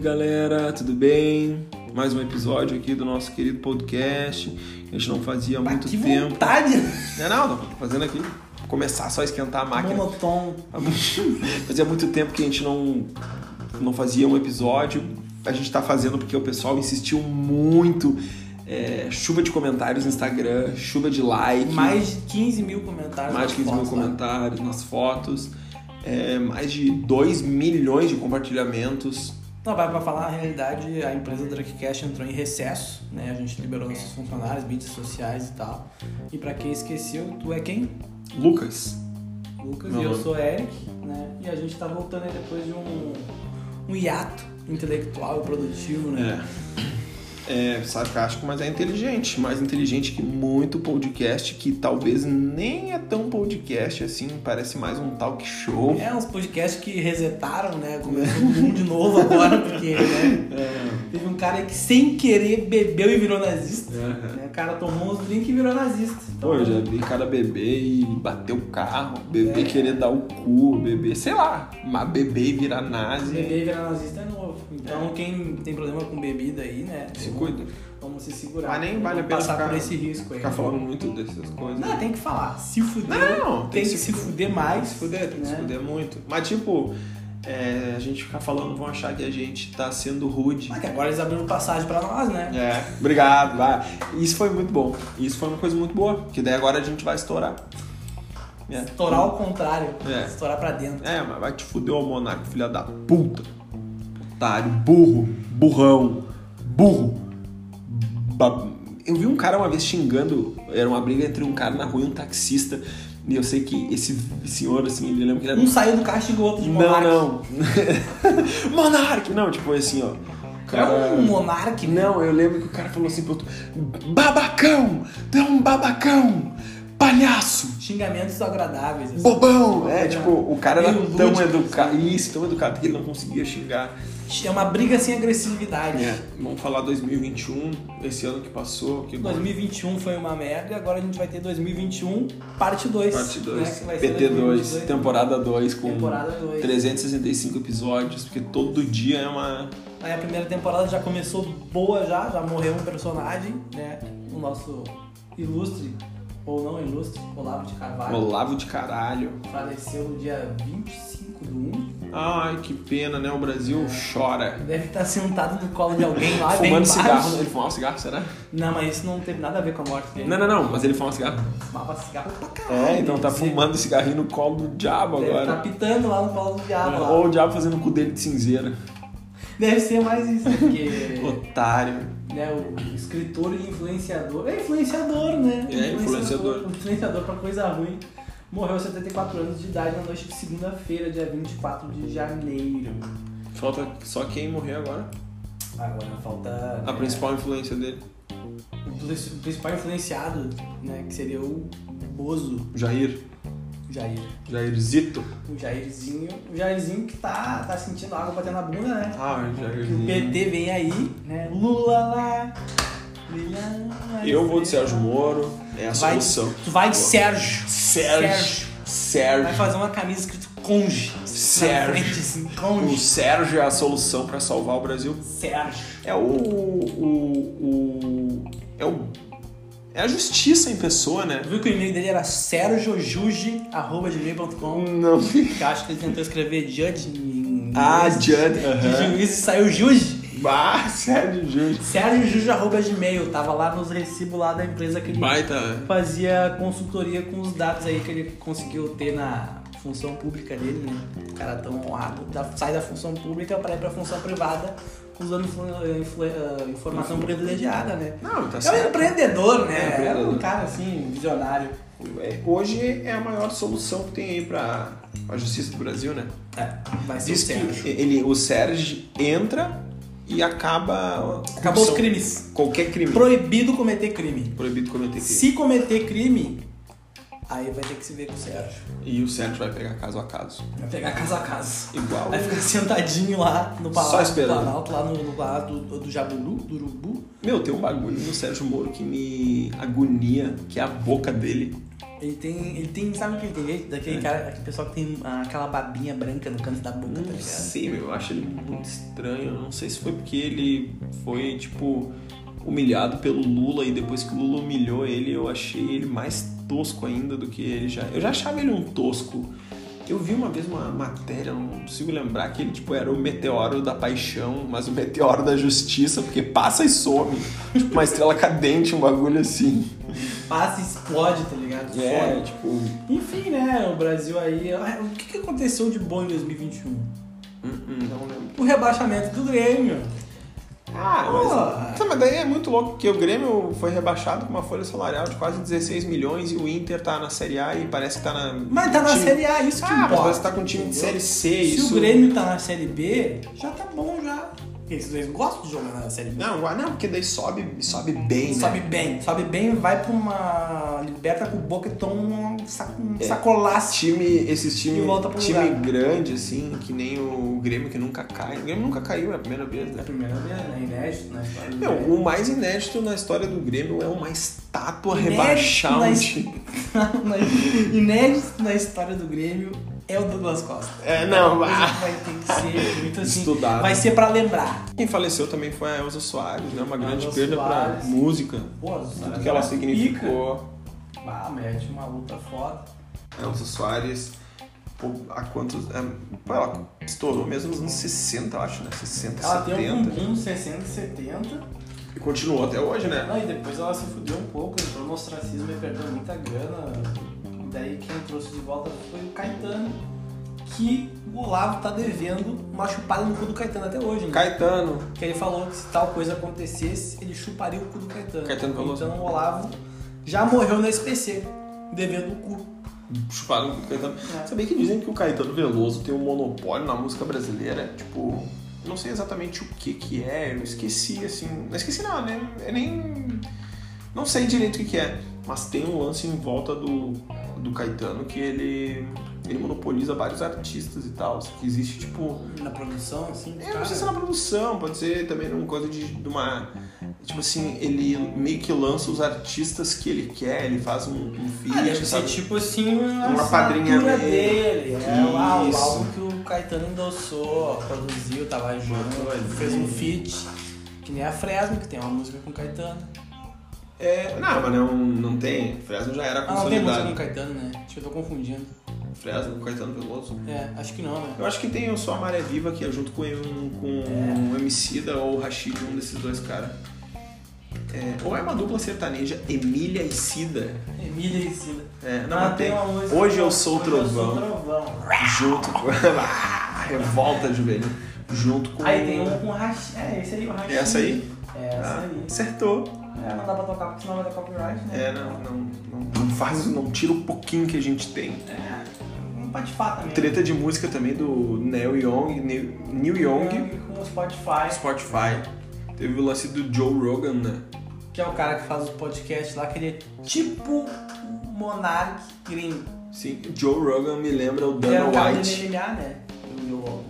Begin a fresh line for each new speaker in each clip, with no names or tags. galera, tudo bem? Mais um episódio aqui do nosso querido podcast. A gente não fazia há muito
que
tempo.
vontade!
Não é não, tô fazendo aqui. Começar só a esquentar a máquina.
Monotom.
fazia muito tempo que a gente não, não fazia um episódio. A gente tá fazendo porque o pessoal insistiu muito. É, chuva de comentários no Instagram, chuva de like.
Mais de 15 mil comentários.
mais de 15
nas
mil
fotos né? lá.
comentários nas fotos, é, mais de 2 milhões de compartilhamentos.
Não, Então, vai pra falar, na realidade, a empresa Drunkcast entrou em recesso, né? A gente liberou nossos funcionários, mídias sociais e tal. E pra quem esqueceu, tu é quem?
Lucas,
Lucas
Meu
e eu
nome.
sou Eric, né? E a gente tá voltando aí depois de um, um hiato intelectual e produtivo, né?
é sarcástico, mas é inteligente. Mais inteligente que muito podcast, que talvez nem é tão podcast assim, parece mais um talk show.
É uns podcasts que resetaram, né? Começou o boom de novo agora, porque
É,
né? teve um cara que sem querer bebeu e virou nazista.
É.
O cara tomou uns drinks e virou nazista.
Pô, eu já vi cara beber e bater o carro, beber querer dar o cu, beber, sei lá, mas beber e virar nazi.
Beber e virar nazista é novo. Então quem tem problema com bebida aí, né?
Se cuida.
Vamos se segurar.
Mas nem vale a
Vamos
pena
passar
ficar-
por esse risco aí. né?
Ficar falando muito dessas coisas.
Não, tem que falar. Se fuder,
Não,
tem, que se fuder mais.
Se fuder, tem que se
né?
fuder muito. Mas, tipo, é, a gente ficar falando, vão achar que a gente tá sendo rude.
Mas que agora eles abriram passagem pra nós, né?
É, obrigado, vai. Isso foi muito bom. Isso foi uma coisa muito boa, que daí agora a gente vai estourar. É,
Estourar ao contrário.
É.
Estourar pra dentro.
é mas vai te fuder, ô monarca, filha da puta. Otário, burro, burrão, burro. Ba- Eu vi um cara uma vez xingando, era uma briga entre um cara na rua e um taxista. E eu sei que esse senhor, assim, ele lembra que ele era
Um saiu do caixa e o outro de
Não,
monarca.
não. Monark! Não, tipo assim, ó. O
É um
Cara...
monarque, né?
Não, eu lembro que o cara falou assim pro outro: Babacão! Tu é um babacão! Palhaço!
Xingamentos agradáveis. assim.
Bobão! É, tipo, o cara era
Meio
tão
lúdico, assim.
educado. Isso, tão educado que ele não conseguia xingar.
É uma briga sem agressividade.
É, vamos falar 2021, esse ano que passou, que bom.
2021 foi uma merda, agora a gente vai ter 2021 parte 2.
Parte 2,
Né?
PT2, temporada 2, com
Temporada 2.
365 episódios, porque todo dia é uma.
Aí a primeira temporada já começou boa já, já morreu um personagem, né? O nosso ilustre, ou não ilustre, Olavo de Carvalho.
Olavo de caralho.
Faleceu no dia 25 do 1.
Ai, que pena, né? O Brasil chora.
Deve estar sentado no colo de alguém lá, É. bem
Fumando
embaixo.
cigarro. Ele fumava cigarro, será?
Não, mas isso não teve nada a ver com a morte dele.
Não, não, não, mas ele fumava cigarro.
Fumava cigarro pra caralho.
É, então tá
Deve
fumando cigarrinho no colo do diabo
ser- Deve tá
agora. É.
pitando lá no colo do diabo. lá.
Ou o diabo fazendo o cu dele de cinzeira.
Deve ser mais isso, porque...
Otário.
né, o escritor e influenciador. É influenciador, né?
É, influenciador.
Influenciador pra coisa ruim. Morreu aos 74 anos de idade na noite de segunda-feira, dia 24 de janeiro.
Falta só quem morrer agora.
Agora falta.
A
né,
principal influência dele.
O pli- o principal influenciado, né? Que seria o Bozo,
Jair.
o Jair.
Jairzito.
O Jairzinho. O Jairzinho que tá, tá sentindo água batendo na bunda, né?
Ah,
Que o
Jairzinho.
PT vem aí, né? Lula lá. Lula lá.
Eu vou de Sérgio Moro. É a
Vai,
solução.
tu vai de Sérgio.
Sérgio.
Vai
Sérgio.
fazer uma camisa escrito Conge.
Sérgio.
Na frente, assim,
O
Conge.
Sérgio é a solução pra salvar o Brasil.
Sérgio.
É o, o, o- É o. É a justiça em pessoa, né?
Tu viu que o e-mail dele era sergiojuge.com
Não.
que eu acho que ele tentou escrever judge em
Ah,
inglês,
Judd.
De
aham.
juiz e saiu juge.
Ah, sério, Judd.
Sérgiojuge.gmail. Tava lá nos recibos lá da empresa que ele
Baita.
fazia consultoria com os dados aí que ele conseguiu ter na função pública dele, né? O cara tão honrado. da- sai da função pública pra ir pra função privada usando influ- influ- ah, informação privilegiada, né?
Não, tá
É um
certo.
empreendedor, né?
É um
É
empreendedor.
um cara assim, visionário.
É, Hoje é a maior solução que tem aí pra a justiça do Brasil, né?
É, vai ser
Diz
o Sérgio.
que ele, o Sérgio entra e acaba. a
Acabou os
corrupção.
crimes.
Qualquer crime.
Proibido cometer crime.
Proibido cometer crime.
Se cometer crime, aí vai ter que se ver com o Sérgio.
E o Sérgio vai pegar caso a caso.
Vai pegar casa a casa.
Igual.
Vai ficar sentadinho lá no Palácio
Só esperando.
do Planalto, lá no, no Palácio do, do Jaburu, do Urubu.
Meu, tem um bagulho no Sérgio Moro que me agonia, que é a boca dele.
Ele tem, ele tem, sabe o que ele tem jeito?
É.
Daquele cara, aquele pessoal que tem ah, aquela babinha branca no canto da boca, tá
Não
ligado?
sei, meu, eu acho ele muito estranho. Eu Não sei se foi porque ele foi, tipo, humilhado pelo Lula e depois que o Lula humilhou ele, eu achei ele mais tosco ainda do que ele já. Eu já achava ele um tosco. Eu vi uma vez uma matéria, eu não consigo lembrar, que ele tipo, era o meteoro da paixão, mas o meteoro da justiça, porque passa e some. tipo, uma estrela cadente, um bagulho assim.
Passa e explode, tá ligado?
É,
Fora.
tipo.
Enfim, né? O Brasil aí. ah, O que, que aconteceu de bom em 2021?
hum, hum, não lembro.
O rebaixamento do Grêmio.
Ah,
Ah.
mas, Tá, mas daí é muito louco, porque o Grêmio foi rebaixado com uma folha salarial de quase 16 milhões e o Inter tá na Série A e parece que tá na.
Mas tá na
time-
Série A, isso que
Ah, mas
importa.
parece que tá com um time de Série C,
Se
isso.
o Grêmio tá na Série B, já tá bom já. Porque Esses dois gostam de jogar na Série B.
Não, ah, não, porque daí sobe, sobe bem, né?
Sobe bem, sobe bem, vai pra uma. Liberta com o boca e toma um, saco, um
É.
sacolaço.
Time, esses
E
times
volta pro
time
lugar.
grande, assim, que nem o Grêmio que nunca cai. O Grêmio nunca caiu, é a primeira vez,
É
né?
a primeira vez, né? Inédito na história do
Meu,
Grêmio.
o mais inédito na história do Grêmio é uma estátua
Inédito
rebaixar
na
um
his-
time.
Mas Inédito na história do Grêmio é o Douglas Costa.
É, não,
Coisa
ah.
que vai ter que ser muito assim.
Estudado.
Vai ser pra lembrar.
Quem faleceu também foi a Elza Soares, né? Uma grande
Elza
perda pra
Soares. é
música.
Pô,
Tudo que ela significou.
Ah, mete uma luta foda.
Elza Soares, pô, há quantos. é, pô, ela estourou mesmo nos anos 60, eu acho, né? 60,
Ela tem um
70.
bumbum 60, 70.
E continuou até hoje, né?
Não, e depois ela se fudeu um pouco, entrou no ostracismo e perdeu muita grana. E daí quem trouxe de volta foi o Caetano, que o Olavo tá devendo uma chupada no cu do Caetano até hoje, né?
Caetano.
Porque ele falou que se tal coisa acontecesse, ele chuparia o cu do Caetano.
Caetano Veloso.
então o Olavo já morreu no SPC, devendo o cu.
Chuparam o Caetano.
É.
Sabia que dizem que o Caetano Veloso tem um monopólio na música brasileira? Tipo, eu não sei exatamente o que que é, eu esqueci, assim. Não esqueci não, né? Eu nem. Não sei direito o que que é. Mas tem um lance em volta do, do Caetano que ele. Ele monopoliza vários artistas e tal. Que existe, tipo.
Na produção, assim.
Eu não sei se é na produção, pode ser também numa coisa de, de uma. Tipo assim, ele meio que lança os artistas que ele quer, ele faz um, um feat,
Ah, deve ser
sabe?
tipo assim, uma,
Um apadrinhamento.
dele. É o al- o
Isso.
álbum que o Caetano endossou, produziu, tava junto, fez um feat. Que nem a Fresno, que tem uma música com o Caetano.
Tá É, não, mas não, não tem. Fresno já era
Ah, não tem música com
consolidado.
o Caetano, né? Acho que eu tô confundindo.
Fresno, Caetano Veloso.
É, acho que não, né?
Eu acho que tem o Só a Maré Viva, que é junto com, com
É.
o Emicida ou o Rashid, um desses dois caras. É, ou é uma dupla sertaneja, Emília e Cida.
Emília e Cida.
É, não,
Ah,
mas tem.
uma música
Hoje
com-
eu sou o
Hoje
trovão.
trovão.
Junto com. Ah, Revolta, Juvenil. Junto com.
Aí tem uma com Rachid. É, esse aí, o Rachid.
É essa aí?
É, essa
Ah,
aí.
acertou.
É, não dá pra tocar porque senão vai dar copyright, né?
É, não, não, não, não faz, não tira o pouquinho que a gente tem.
Um patifá também.
Treta de música também do Neil Young, Neil- Neil Young,
Com o Spotify.
Spotify. Teve o lance do Joe Rogan, né?
que é o cara que faz o podcast lá, que ele é tipo um Monark gringo.
Sim, Joe Rogan me lembra o
Ele
Dana
era o é um cara do
White.
MMA, né? Do Will Wall.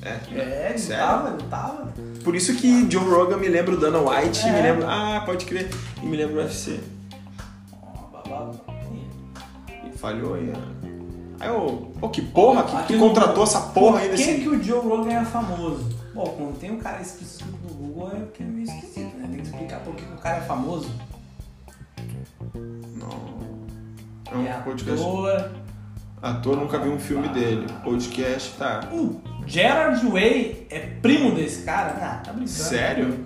É.
É, ele
Sério?
tava, ele tava.
Por isso que Joe Rogan me lembra o Dana White, e me
É.
lembra. Ah, pode crer. E me lembra o UFC.
Ó, babado.
E falhou aí. ó. Aí, ô, ô, que porra, que
Aqui
tu
no-
contratou essa porra ainda
Por que,
assim?
que o Joe Rogan é famoso? Bom, quando tem um cara esquisito no Google é porque é meio esquisito, né? Tem que explicar por que que o cara é famoso.
Não. É
É
um podcast.
ator. Ah.
Ator nunca vi um filme dele. Podcast, tá.
O Hum, Gerard Way é primo desse cara? Ah, tá brincando.
Sério?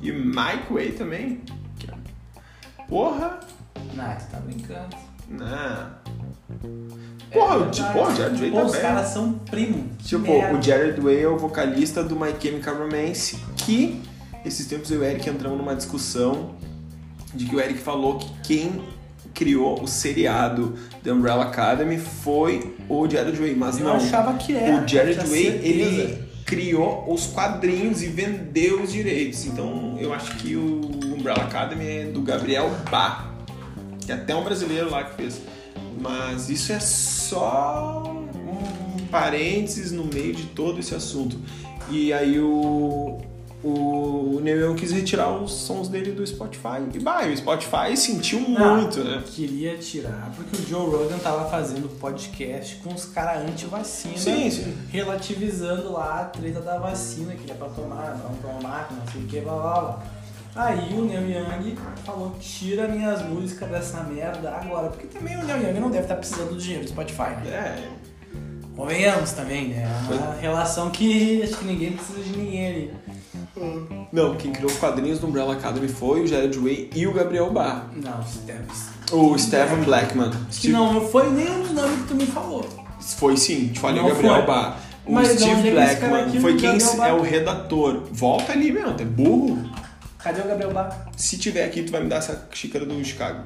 E Mike Way também? Porra! né?
Não, tu tá brincando. É
Não. Porra, o Di-
verdade.
pô, o Gerard Way
Pô, os
também.
caras são primo.
Tipo,
Merda.
o Jared Way é o vocalista do My Chemical Romance, que esses tempos eu e o Eric entramos numa discussão de que o Eric falou que quem criou o seriado The Umbrella Academy foi o Jared Way, mas
Eu
não.
achava que era.
O Jared
tinha
Way,
É, certeza.
ele criou os quadrinhos e vendeu os direitos. Então, eu acho que o Umbrella Academy é do Gabriel Bá, que é até um brasileiro lá que fez. Mas isso é só um parênteses no meio de todo esse assunto. E aí o, o Neon quis retirar os sons dele do Spotify. E bah, o Spotify sentiu
Não,
muito, né?
Queria tirar, porque o Joe Rogan tava fazendo podcast com os caras anti-vacina.
Sim, sim.
Relativizando lá a treta da vacina, que é pra tomar, não tomar, que não sei o que, blá blá blá. Aí o Neil Young falou: tira minhas músicas dessa merda agora. Porque também o Neil Young não deve estar precisando do dinheiro do Spotify, né?
É,
Convenhamos também, né? É uma relação que acho que ninguém precisa de ninguém ali.
Não, quem criou os quadrinhos do Umbrella Academy foi o Jared Way e o Gabriel Barr.
Não, Steps.
O Steven Blackman.
Que não, não foi nenhum dos nomes que tu me falou.
Foi sim, te falei o
Não
Gabriel
foi.
Barr. O
Mas de onde
Steve
é que esse cara aqui
Blackman foi
do
quem
Gabriel
é
Barr?
o redator. Volta ali, meu, tu é burro.
Cadê o Gabriel Bach?
Se tiver aqui, tu vai me dar essa xícara do Chicago.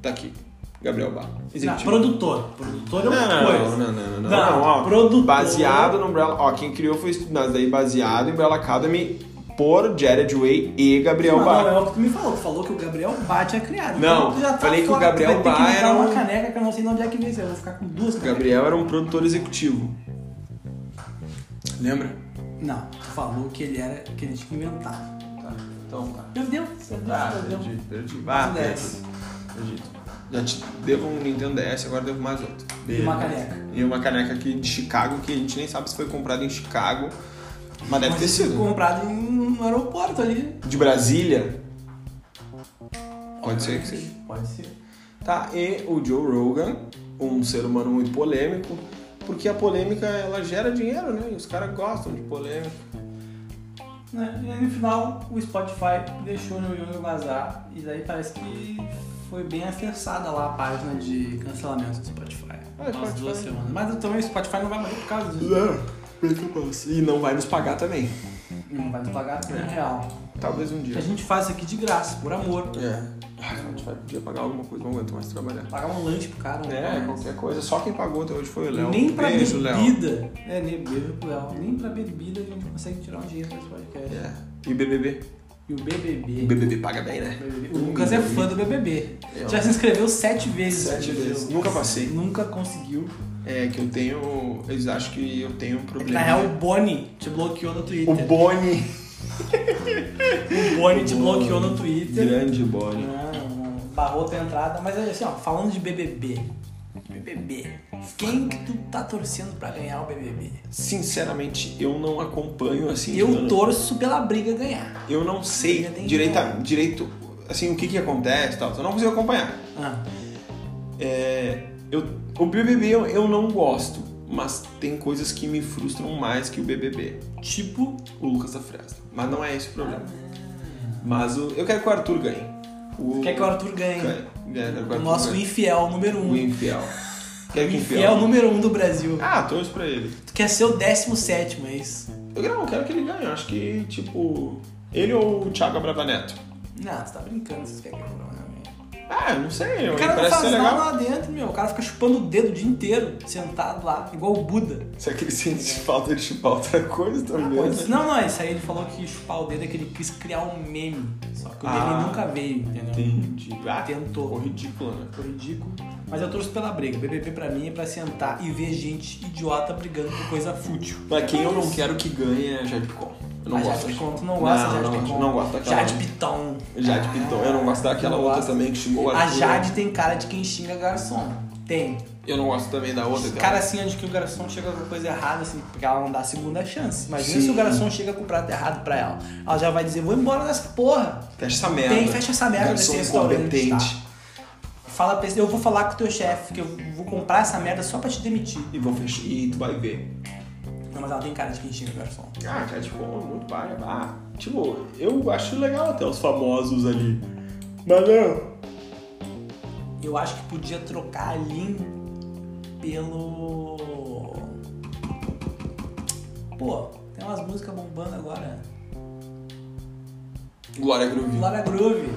Tá aqui. Gabriel Barr.
Não,
Executivo.
produtor. Produtor é uma
Não,
coisa.
não, não, não, não,
Não,
não, ó,
produtor.
Baseado no Umbrella. Ó, quem criou foi. Mas daí baseado em Umbrella Academy por Jared Way e Gabriel
Mas
Barr.
Não, é o que tu me falou. Tu falou que o Gabriel Bá tinha criado.
Não,
Então tu já tá
falei que
fora,
o Gabriel
tu vai ter
Bá
que me dar
era um-
uma caneca que eu não sei de onde é que veio. Eu vou ficar com duas
O
canecas.
Gabriel era um produtor executivo. Lembra?
Não, tu falou que ele era... Que ele tinha que inventar. Tá.
Então tá.
Meu Deus, meu Deus, meu Deus.
perdi.
Um
perdi.
dez.
Perdi. Já te devo um Nintendo DS, agora devo mais outro.
E uma caneca.
E uma caneca aqui de Chicago, que a gente nem sabe se foi comprada em Chicago, mas deve
Mas
ter
isso foi
sido. né?
comprado em um aeroporto ali.
De Brasília? Pode ser que seja.
Pode ser.
Tá, e o Joe Rogan, um ser humano muito polêmico, porque a polêmica ela gera dinheiro, né? E os caras gostam de polêmica.
Né? E aí, no final, o Spotify deixou o Neil Young vazar. E daí parece que foi bem acessada lá a página de cancelamento do Spotify.
Ah,
Umas
Spotify.
duas semanas. Mas também o Spotify não vai morrer por causa disso.
É, E não vai nos pagar também.
Não vai nos pagar um real.
Talvez um dia.
A gente faz isso aqui de graça, por amor.
É. Ai, a gente vai podia pagar alguma coisa, não aguento mais trabalhar.
Pagar um lanche pro cara. um
É,
lanche.
qualquer coisa. Só quem pagou até hoje foi o Léo.
nem pra
Beijo, Léo.
bebida. É, nem beijo pro Léo. Nem pra bebida a gente consegue tirar um dinheiro desse podcast.
É. E BBB?
E o BBB.
O BBB paga bem, né?
BBB. O Lucas é fã do BBB. Já se inscreveu sete vezes.
Então. Sete
meu
vezes.
Deus.
Nunca passei.
Nunca conseguiu.
É que eu tenho. Eles acham que eu tenho um
Na
problema.
real, o Boni te bloqueou no
o
Twitter.
Boni.
O Boni te
o
bloqueou
Boni.
no Twitter. Né?
Grande Boni.
Não, barrou tua entrada. Mas assim, ó, falando de BBB. BBB. Quem que tu tá torcendo pra ganhar o BBB?
Sinceramente, eu não acompanho assim.
Eu torço pela briga ganhar.
Eu não sei
Ainda tem
direita, direito, assim, o que que acontece e tal. Eu não consigo acompanhar.
Ah,
É, eu, o BBB eu, eu não gosto, mas tem coisas que me frustram mais que o BBB.
tipo,
O Lucas da Fresta. Mas não é esse o problema. Mas o- eu quero que o Arthur ganhe. O,
Ah. quer que o Arthur ganhe?
ganhe? É, eu quero que
O
Arthur
nosso
ganhe.
infiel número um.
O infiel. Quero que o
Infiel
infiel.
número um do Brasil.
Ah, torço pra ele.
Tu quer ser o 17, é isso?
Eu não, eu quero que ele ganhe. Eu acho que, tipo, ele ou o Thiago Abrava Neto.
Não, tu tá brincando, vocês querem que eu ganhe, né?
Ah, eu não sei.
O cara não
parece
faz
ser
nada
legal.
lá dentro, meu. O cara fica chupando o dedo o dia inteiro, sentado lá, igual o Buda.
Será que ele sente falta de chupar outra coisa também?
Pois- Não, não, isso aí ele falou que chupar o dedo é que ele quis criar um meme. Só que o
Ah.
meme nunca veio, entendeu?
Entendi. Ah,
Tentou.
Ficou ridículo, né?
Foi ridículo. Mas eu torço pela briga. BBB pra mim é pra sentar e ver gente idiota brigando por coisa fútil.
Pra quem eu não quero que ganhe é Jade Picon. Eu não
Mas
gosto.
Jade Picon, Ah, tu não gosta
não,
de Jade
não,
Picon?
não gosto daquela.
Jade Piton. Ah,
Jade Picon. Eu não gosto daquela
Não
outra
gosto.
também que xingou o
A
Arthur.
Jade tem cara de quem xinga garçom. Tem.
Eu não gosto também da outra.
Cara, assim, onde que o garçom chega com coisa errada, assim, porque ela não dá a segunda chance. Imagina
Sim.
se o garçom chega com o prato errado pra ela. Ela já vai dizer, vou embora dessa porra.
Fecha essa merda.
Tem, fecha essa merda
Garçom
desse restaurante, tá?
incompetente.
Fala pra esse, eu vou falar com o teu chefe, que eu vou comprar essa merda só pra te demitir.
E vão fechar. E tu vai ver.
Não, mas ela tem cara de quem xinga o garçom.
Ah, Jade Picon é muito paga. Ah, tipo, eu acho legal até os famosos ali. Mas não.
Eu acho que podia trocar a Lin pelo... Pô, tem umas músicas bombando agora.
Glória Groove.
Glória Groove.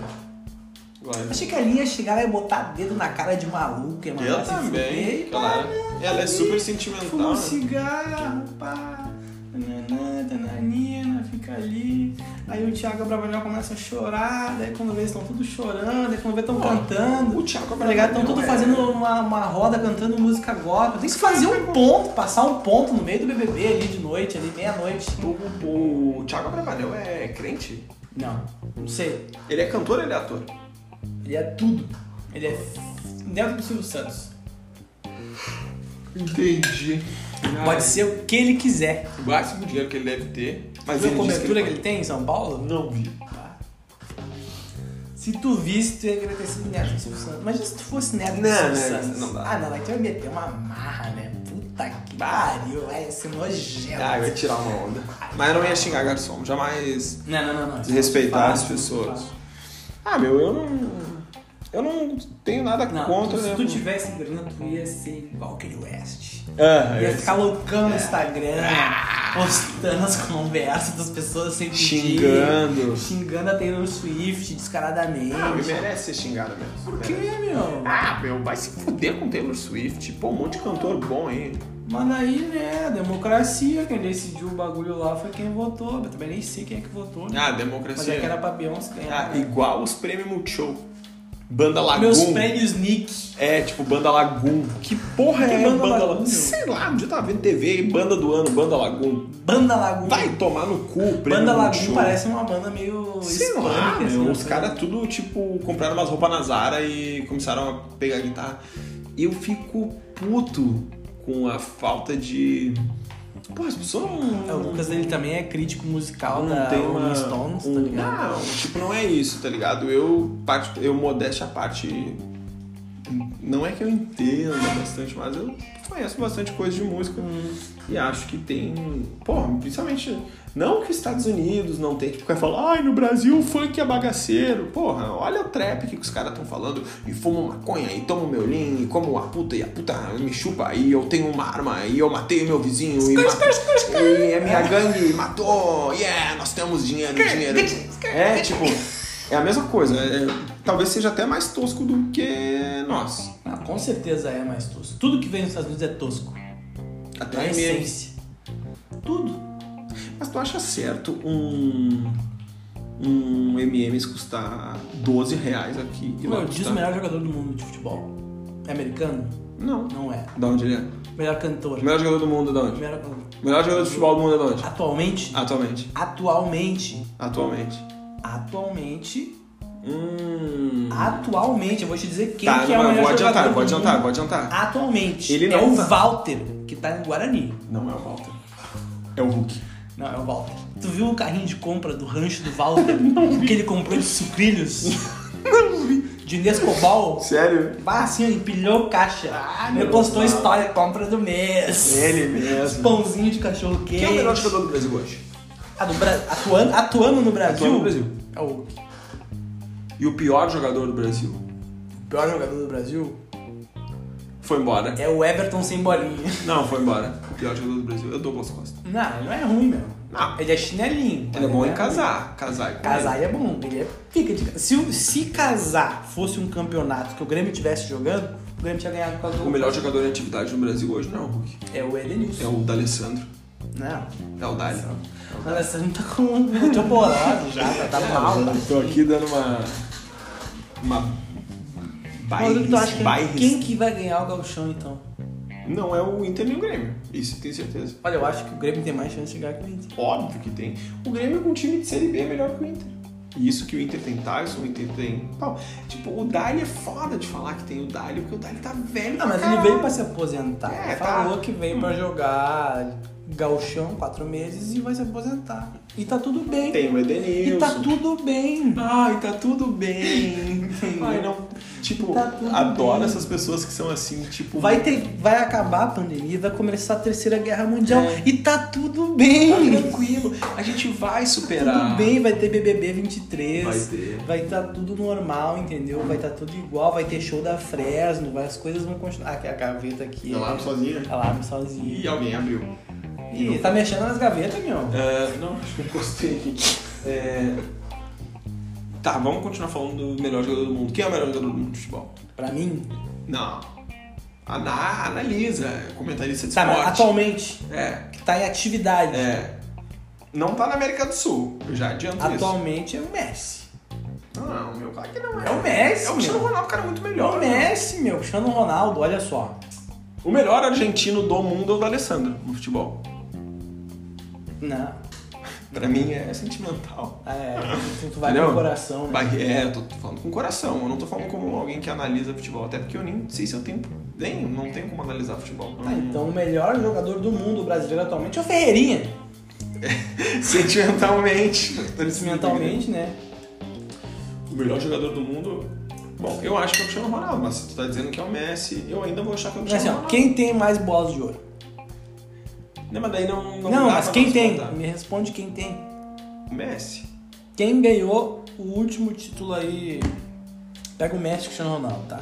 Glória Groove.
Achei que a Lin ia chegar lá e botar dedo na cara de maluco, ia mandar
Eu
se fuder
também.
e né?
Ela, ela é super
Fuma
sentimental.
um
né?
cigarro, pá. Nananã, tananina, fica ali. Aí o Thiago Abravanel começa a chorar, daí quando vê eles estão tudo chorando, daí quando vê estão cantando.
O Thiago
Tá ligado? Estão
Abravanel
tudo
é-
fazendo uma, uma roda cantando música gótica. Tem que fazer um ponto, passar um ponto no meio do BBB ali de noite, ali meia-noite.
O, o, o Thiago Abravanel é crente?
Não, não sei.
Ele é cantor ou ele é ator?
Ele é tudo. Ele é neto do Silvio Santos.
Entendi. Ah,
Pode ser o que ele quiser.
O máximo dinheiro que ele deve ter. Mas
Viu a
ele
cobertura que
disse
ele tem em São Paulo? Ah.
Não vi.
Se tu visse, tu ia querer ter sido neto do Silvio Santos. Imagina se tu fosse neto do
Não,
Silvio
não,
Santos.
não dá.
Ah, não, mas tu ia meter uma marra, né? Puta que pariu, vai ser nojento.
Ah, eu ia tirar uma onda. Mas eu não ia xingar garçom, jamais.
Não, não, não. não.
Desrespeitar as
Fala,
pessoas.
fala.
Ah, meu, eu não. Eu não tenho nada
Não,
contra.
se
né?
tu tivesse grana, tu ia ser igual aquele West.
Ah,
Ia
eu-
ficar loucão no Instagram,
Ah.
postando as conversas das pessoas sem pedir.
Xingando.
Xingando a Taylor Swift descaradamente.
Ah, me merece ser xingado mesmo. É.
Por que, meu?
Ah, meu, vai se fuder com Taylor Swift. Pô, um monte de cantor bom, hein?
Mas daí, né, democracia, quem decidiu o bagulho lá foi quem votou. Eu também nem sei quem é que votou, né?
Ah,
Mas
democracia.
é que era pra Beyoncé ganhar.
Ah,
né?
igual os prêmios Multishow. Banda Lagoon.
Meus prêmios Nick.
É, tipo, Banda Lagoon. Que porra
Que
é
Banda
Banda,
Lagoon,
Lagoon?
meu?
Sei lá, um dia eu tava vendo TV, Banda do Ano, Banda Lagoon.
Banda Lagoon.
Vai tomar no cu, o prêmio
Banda Lagoon
Multishow.
parece uma banda meio
Sei
hispânica,
lá, meu,
assim, né?
os caras tudo, tipo, compraram umas roupas na Zara e começaram a pegar guitarra. Eu fico puto com a falta de... Pô, as pessoas não...
É, O Lucas, ele também é crítico musical
Não
da
tem
Rolling
uma-
Stones, tá
um-
ligado?
Não, tipo, não é isso, tá ligado? Eu, parte, eu modéstia à parte. Não é que eu entenda bastante, mas eu conheço bastante coisa de música e acho que tem. Porra, principalmente. Não que os Estados Unidos não tem, tipo, quer falar, ai, no Brasil o funk é bagaceiro. Porra, olha o trap que os caras estão falando. E fumo maconha, e tomo meu lean, e como a puta, e a puta me chupa, e eu tenho uma arma, e eu matei o meu vizinho, e, ma- e a minha gangue matou, yeah, nós temos dinheiro, dinheiro. É, tipo, é a mesma coisa. é- talvez seja até mais tosco do que nós.
Ah, com certeza é mais tosco. Tudo que vem nos Estados Unidos é tosco.
Até
Na
mesmo.
essência. Tudo.
Mas tu acha certo um. Um MMs custar 12 reais aqui e lá
Meu, diz o
custar-
melhor jogador do mundo de futebol. É americano?
Não.
Não é.
Da onde ele é?
Melhor cantor.
O melhor jogador do mundo é da onde?
Melhor-
O melhor jogador de futebol do mundo é da onde?
Atualmente?
Atualmente.
Atualmente.
Atualmente.
Atualmente.
Hum.
Atualmente. Eu vou te dizer quem
tá,
que é o
não,
melhor
vou adiantar,
jogador
vou
do
adiantar,
mundo.
vou adiantar.
Atualmente.
Ele
é
não
o
tá.
Walter, que tá no Guarani.
Não é o Walter. É o Hulk.
Não, é o Walter. Tu viu o carrinho de compra do rancho do Walter? que ele comprou de sucrilhos? De Nescobal?
Sério?
Bah, assim, ó, empilhou caixa.
Ah,
ele
meu
postou
Deus. É
história, compra do mês.
Ele mesmo.
Pãozinho de cachorro quente.
Quem é o melhor jogador do Brasil hoje?
Ah, do Bra- atuando, atuando no Brasil?
Atuando no Brasil.
É o
E o pior jogador do Brasil
pior jogador do Brasil?
foi embora.
É o Everton sem bolinha.
Não, foi embora. O pior jogador do Brasil é o Douglas Costa.
Não, ele não é ruim, meu.
Não.
Ele é chinelinho.
Ele é bom em casar.
casar.
Casar e comer.
Casar é bom, ele é pica de se, o- se casar fosse um campeonato que o Grêmio tivesse jogando, o Grêmio tinha ganhado por causa do.
O melhor jogador em atividade no Brasil hoje não é o Hulk.
É o Edenilson.
É o D'Alessandro.
Não.
É o Dali.
Mas você não tá com muito bolado já, tá, tá mal.
Tô aqui dando uma... Uma...
Rodrigo, tu
Bairros,
acha que
bairros.
quem que vai ganhar o Gauchão então?
Não é o Inter nem o Grêmio. Isso eu tenho certeza.
Olha, eu acho que o Grêmio tem mais chance de chegar que o Inter.
Óbvio que tem. O Grêmio com um time de Série B é melhor que o Inter. E isso que o Inter tem Tyson, o Inter tem... Pau. Tipo, o Dali é foda de falar que tem o Dali, porque o Dali tá velho
Não, Ah, mas
pra
ele
caralho.
veio pra se aposentar.
É,
Ele
tá.
Falou que veio pra jogar Gauchão quatro meses e vai se aposentar. E tá tudo bem.
Tem o Edenilson.
E tá tudo bem.
Ai, tá tudo bem. Ai, não. Tipo,
Tá tudo
adoro
bem.
essas pessoas que são assim, tipo.
Vai, ter, vai acabar a pandemia, vai começar a terceira guerra mundial
É.
e tá tudo bem.
tranquilo. A gente vai superar.
Tudo bem, vai ter BBB 23.
Vai ter.
Vai estar tudo normal, entendeu? Vai estar tudo igual, vai ter show da Fresno, vai- as coisas vão continuar. Ah, que a gaveta aqui. né?
Eu lavo Tá sozinha.
Alarme
E
sozinho.
alguém abriu.
Ih, tá mexendo nas gavetas, meu.
Ah, não, acho que eu encostei aqui. É... Tá, vamos continuar falando do melhor jogador do mundo. Quem é o melhor jogador do mundo de futebol?
Pra mim,
Não. Ana- analisa, é comentarista de
Tá, mas
esporte.
atualmente,
É,
que tá em atividade.
é. Não tá na América do Sul, eu já adianto isso.
Atualmente é o Messi.
Não, não, meu cara que não é.
É o
É
Messi,
o
meu.
Cristiano Ronaldo, o cara é muito
É o
melhor. né?
Messi, meu. Cristiano Ronaldo, olha só.
O melhor argentino do mundo é o da Alessandro no futebol.
Não.
Pra mim é sentimental.
É, tu- tu vai
Entendeu?
no coração, né?
Bah, É, eu tô tô falando com coração, eu não tô falando como alguém que analisa futebol, até porque eu nem sei se eu tenho. Nem, não tenho como analisar futebol. Tá
Ah, então o melhor jogador do mundo brasileiro atualmente é o Ferreirinha.
Sentimentalmente.
Mentalmente, né?
O melhor jogador do mundo. Bom, eu acho que é o Cristiano Ronaldo, mas se tu tá dizendo que é o Messi, eu ainda vou achar que é o
Mas assim,
Cristiano
ó,
Ronaldo.
quem tem mais bolas de ouro?
Não, mas daí não.
Não,
Não, dá
mas
pra
quem
nós
tem?
botar.
Me responde quem tem.
O Messi.
Quem ganhou o último título aí? Pega o Messi e o Cristiano Ronaldo, tá?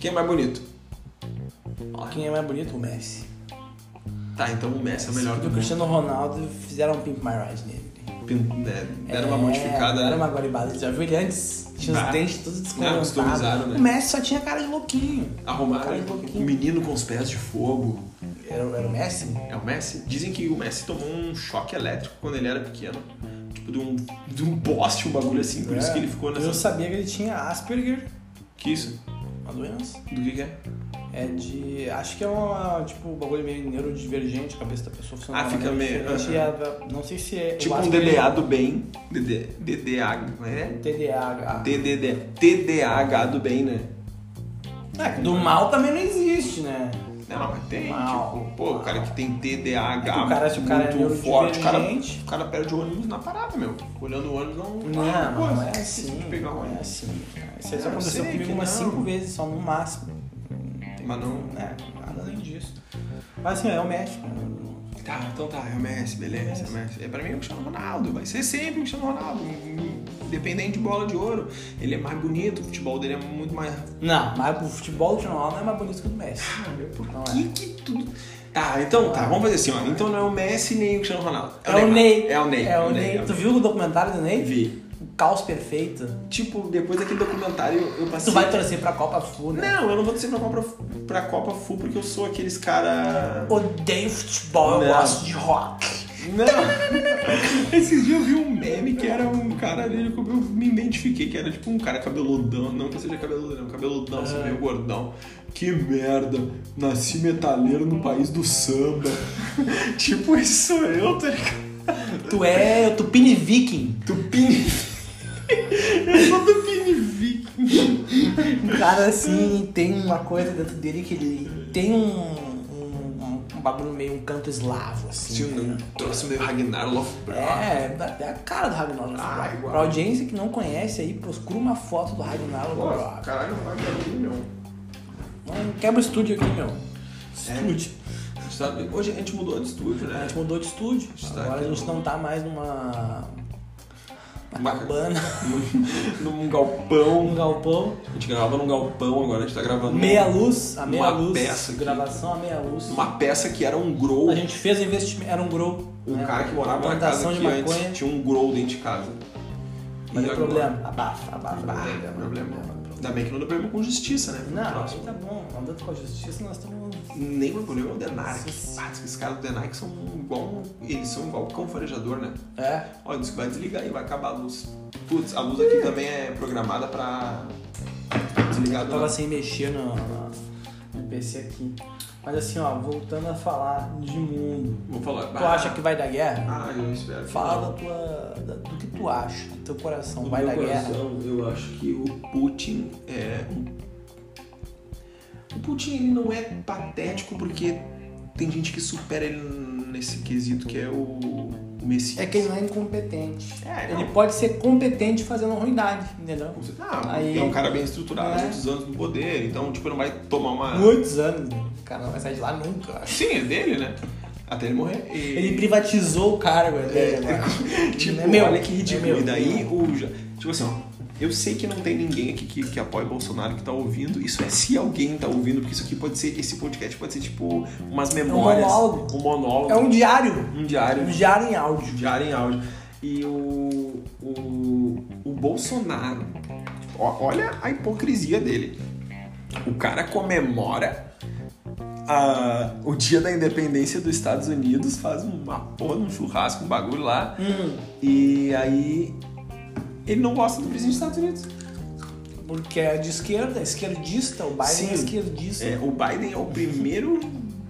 Quem é mais bonito?
Ó, Quem é mais bonito? O Messi.
Tá, então o Messi é o melhor do
Porque o
mundo.
Cristiano Ronaldo fizeram um Pimp My Ride nele.
Pin- né, Deram uma
É,
modificada. né?
Deram uma guaribada. Já viu ele antes? Tinha
Bah.
os dentes todos
Não, customizaram,
desconjuntados.
né?
O Messi só tinha cara de louquinho.
Arrumaram
Cara, um
um
pouquinho.
menino com os pés de fogo.
Era, era o Messi?
É o Messi? Dizem que o Messi tomou um choque elétrico quando ele era pequeno. Tipo, de um, de um poste, um bagulho assim. Por isso
É.
que ele ficou
Eu
nessa.
sabia que ele tinha Asperger,
Que isso?
uma doença.
Do que, que é?
É de. Acho que é uma. Tipo, um bagulho meio neurodivergente, a cabeça da pessoa funciona.
Ah,
de uma
fica
maneira
meio-
diferente, e a- Não sei se é. eu
Tipo um
acho que
DDA do bem. DD, DDA, né?
TDAH.
TDD, TDAH do bem, né?
É, do mal também não existe, né?
Não, mas tem,
Mal.
tipo, pô, o cara que tem TDAH
É que o cara- se o cara é
muito forte, o cara,
neurodivergente.
o cara perde o ônibus na parada, meu. Olhando o ônibus não.
Não,
Ah, pô,
não, é
esqueci
assim.
de pegar o
Não é
ônibus.
assim. cara. Isso aí só
Eu
aconteceu
sei
comigo
que
umas
não.
cinco vezes só, no máximo.
Mas não.
Né? Nada além disso. Mas assim, é o México. né?
Tá, então tá, é o Messi, beleza, é o Messi. É, pra mim é o Cristiano Ronaldo, vai ser sempre o Cristiano Ronaldo. Independente de bola de ouro. Ele é mais bonito, o futebol dele é muito mais.
Não, mas o futebol do Ronaldo não é mais bonito que o do Messi.
Ah, meu, por
Não é.
que que tudo. Tá, então tá, vamos fazer assim, ó. Então não é o Messi nem o Cristiano Ronaldo.
É o Ney.
É o Ney.
É o Ney. Tu viu o documentário do Ney?
Vi.
O caos perfeito.
Tipo, depois daquele documentário eu
Tu
passei.
vai torcer pra Copa Flu, né?
Não, eu não vou torcer pra Copa, pra Copa Full porque eu sou aqueles cara.
Odeio futebol, eu
Não.
gosto de rock.
Não! Esses dias eu vi um meme que era um cara dele, eu me identifiquei, que era tipo um cara cabeludão, não que eu seja cabeludão, cabeludão, assim, meio gordão. Que merda, nasci metaleiro no país do samba. tipo, isso sou eu, tá ligado?
Tu é o Tupini Viking.
Tupini. eu sou Tupini Viking.
Um cara assim, tem uma coisa dentro dele que ele tem um, um, um bagulho meio um canto eslavo, assim.
Tinha um troço meio Ragnar Lothbrok.
É, é a cara do Ragnar Lothbrok.
Ah, igual.
pra audiência que não conhece aí, procura uma foto do Ragnar
Pô,
Lothbrok.
caralho, não vai pra mim, meu.
Não Quebra o estúdio aqui, meu.
É.
Estúdio.
Sabe, hoje a gente mudou de estúdio,
A
né?
gente mudou de estúdio.
gente tá
Agora a
aqui
gente não tá mais numa... Uma
Uma-
cabana,
Num
um
galpão.
galpão.
A gente gravava num galpão, agora a gente tá gravando num-
Meia luz, a meia
Uma
luz.
peça aqui.
gravação a meia luz.
uma peça que era um grow.
A gente fez o investimento, era um grow.
Um
né?
cara que morava na casa
plantação
que
de maconha.
antes tinha um grow dentro de casa.
Mas
E
é
agora-
problema. é Abafa, abafa.
Ah,
abafa,
problema.
abafa.
Ainda bem que não deu problema com justiça, né?
Não,
Próximo.
tá bom. Andando com a justiça, nós estamos.
Nem o problema é o Denark.
Sim.
Ah, diz que esses caras do Denark são igual. um- Eles são igual cão farejador, né?
É.
Ó, diz que vai desligar e vai acabar a luz. Putz, a luz aqui também é programada pra desligar
Eu
do
tava
nada.
sem mexer no, no- no PC aqui. Mas assim, ó, voltando a falar de mundo.
Vou falar.
Tu acha que vai dar guerra?
Ah, eu espero. que não.
Fala da tua, da- do que tu acha, do teu coração.
No
vai
meu
dar guerra?
coração, Eu acho que o Putin é. um- O Putin ele não é patético porque tem gente que supera ele nesse quesito que é o, o Messias.
É que ele não é incompetente.
É,
Ele
não.
pode ser competente fazendo ruindade, entendeu?
Ah,
Aí-
é um cara bem estruturado,
É.
muitos anos no poder, então tipo, não vai tomar uma.
Muitos anos, né? O cara não vai sair de lá nunca, eu acho.
Sim, é dele, né? Até ele morrer. E- É,
Ele privatizou o cargo dele agora.
Tipo,
É meu,
olha que ridículo.
é meu,
e daí,
é meu.
o, ja- tipo assim, ó. Eu sei que não tem ninguém aqui que, que apoia Bolsonaro que tá ouvindo. Isso é se alguém tá ouvindo, porque isso aqui pode ser, esse podcast pode ser tipo umas memórias.
É monólogo.
Um monólogo.
É um diário.
um diário.
Um diário em
Um
áudio.
diário em áudio. E o. O, o Bolsonaro. ó, Olha a hipocrisia dele. O cara comemora a- o dia da independência dos Estados Unidos faz uma porra, de um churrasco, um bagulho lá.
Hum,
E aí ele não gosta do presidente dos Estados Unidos.
porque é de esquerda, esquerdista, o Biden
Sim.
é esquerdista.
É, o Biden é o primeiro